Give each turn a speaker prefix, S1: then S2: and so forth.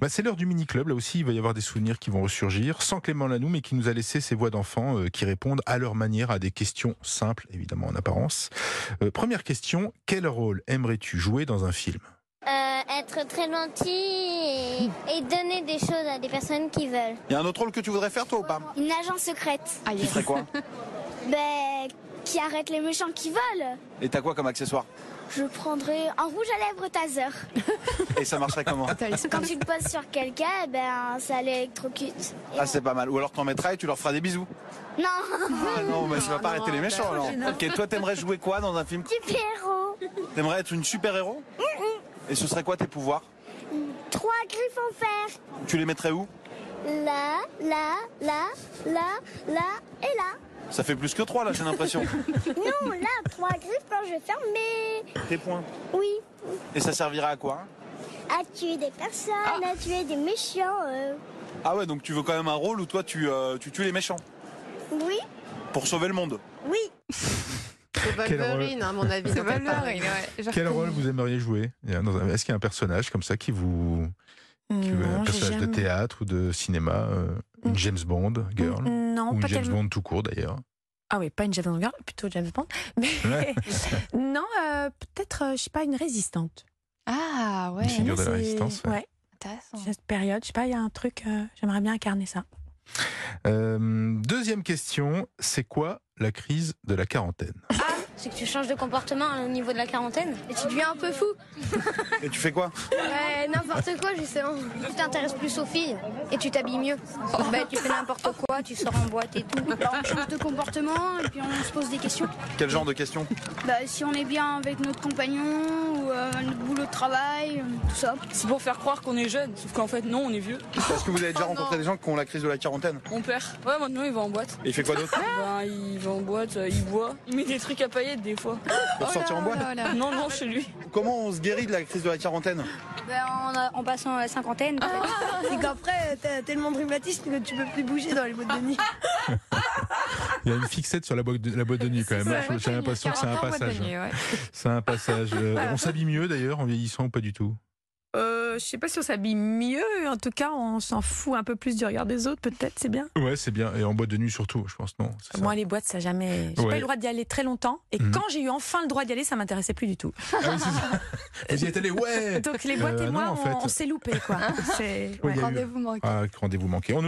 S1: Bah, c'est l'heure du mini-club. Là aussi, il va y avoir des souvenirs qui vont ressurgir. Sans Clément Lanoux, mais qui nous a laissé ses voix d'enfants euh, qui répondent à leur manière à des questions simples, évidemment en apparence. Euh, première question quel rôle aimerais-tu jouer dans un film
S2: Euh, être très gentil et, et donner des choses à des personnes qui veulent.
S3: Il y a un autre rôle que tu voudrais faire toi ou pas
S2: Une agent secrète,
S4: Ah,
S3: Tu
S4: yes.
S3: ferais quoi
S2: ben, qui arrête les méchants qui volent.
S3: Et t'as quoi comme accessoire
S2: Je prendrais un rouge à lèvres taser.
S3: Et ça marcherait comment
S4: T'as les-
S2: Quand tu le poses sur quelqu'un, ben, ça l'électrocute. Et
S3: Ah c'est pas mal. Ou alors t'en mettrais et tu leur feras des bisous.
S2: on- Non,
S3: Ah non, mais tu vas pas
S4: non,
S3: arrêter les
S4: bah,
S3: méchants alors. Ok, toi t'aimerais jouer quoi dans un film
S2: du héros.
S3: T'aimerais être une super héros Et ce serait quoi tes pouvoirs
S2: Trois griffes en fer.
S3: Tu les mettrais où
S2: Là, là, là, là, là et là.
S3: Ça fait plus que trois là j'ai l'impression.
S2: Non, là, trois griffes quand je ferme, mais
S3: Tes points.
S2: oui,
S3: Et ça servirait à quoi hein
S2: à tuer des personnes, à tuer des méchants. euh,
S3: Ah ouais donc tu veux quand même un rôle où toi tu, euh, tu tues les méchants
S2: Oui,
S3: pour sauver le monde.
S2: oui.
S4: C'est Wolverine, hein, à mon avis.
S5: C'est
S4: donc elle parle.
S5: Wolverine, ouais. J'ai
S1: Quel
S5: reconnu.
S1: rôle vous aimeriez jouer dans un- Est-ce qu'il y a un personnage comme ça qui vous. qui- un
S5: Non, j'ai
S1: personnage de
S5: jamais-
S1: théâtre ou de cinéma euh, Une
S5: Mm.
S1: James Bond girl
S5: euh, Non,
S1: Ou une
S5: pas
S1: James
S5: tellement.
S1: Bond tout court d'ailleurs
S5: Ah oui, pas une James Bond girl, plutôt James Bond.
S1: Ouais.
S5: Mais non, euh, peut-être, euh, je sais pas, une résistante.
S4: Ah,
S1: Une
S4: ouais.
S1: figure de la
S5: C'est-
S1: résistance. ouais.
S5: Ouais,
S4: Intéressant.
S5: cette période, je sais pas, il y a un truc, euh, j'aimerais bien incarner ça.
S1: Euh, deuxième question c'est quoi la crise de la quarantaine
S2: C'est que tu changes de comportement au niveau de la quarantaine.
S6: Et tu deviens un peu fou.
S3: Et tu fais quoi
S6: Ouais, n'importe quoi, justement.
S2: Tu t'intéresses plus aux filles.
S6: Et tu t'habilles mieux. Bah, tu fais n'importe quoi, tu sors en boîte et tout.
S7: Bah, on change de comportement et puis on se pose des questions.
S3: Quel genre de question
S7: Bah, si on est bien avec notre compagnon ou euh, notre boulot de travail, euh, tout ça.
S8: C'est pour faire croire qu'on est jeune, sauf qu'en fait non, on est vieux.
S3: Est-ce que vous avez déjà rencontré des gens qui ont la crise de la quarantaine
S8: Mon père, ouais maintenant il va en boîte.
S3: Et il fait quoi d'autre
S7: Ah.
S8: Ben il va en boîte, euh, il boit, il met des trucs à paillettes des fois.
S3: Pour sortir en boîte
S8: Non non chez lui.
S3: Comment on se guérit de la crise de la quarantaine
S6: Bah, en, euh, en passant la cinquantaine.
S9: C'est qu'après, t'as tellement de rhumatisme que tu peux plus bouger dans les boîtes de nuit.
S1: Il y a une fixette sur la boîte de, la boîte de nuit quand même. hein. J'ai l'impression que c'est un passage. hein. C'est un passage. Euh, on s'habille mieux d'ailleurs en vieillissant ou pas du tout
S5: Euh, je sais pas si on s'habille mieux, en tout cas, on s'en fout un peu plus du regard des autres, peut-être, c'est bien.
S1: Ouais, c'est bien. Et en boîte de nuit surtout, je pense, non c'est ça
S5: Moi, les boîtes, ça jamais. J'ai
S1: Ouais.
S5: pas eu le droit d'y aller très longtemps. Et
S1: Mhm.
S5: quand j'ai eu enfin le droit d'y aller, ça m'intéressait plus du tout.
S1: Ah oui, c'est ça. Vous y êtes allé, ouais
S5: Donc les boîtes
S1: Euh,
S5: et moi,
S1: non, en
S5: on,
S1: fait.
S5: on s'est loupé, quoi. C'est.
S1: Oui, il y a eu-
S4: Rendez-vous manqué.
S1: Ah, rendez-vous manqué. On nous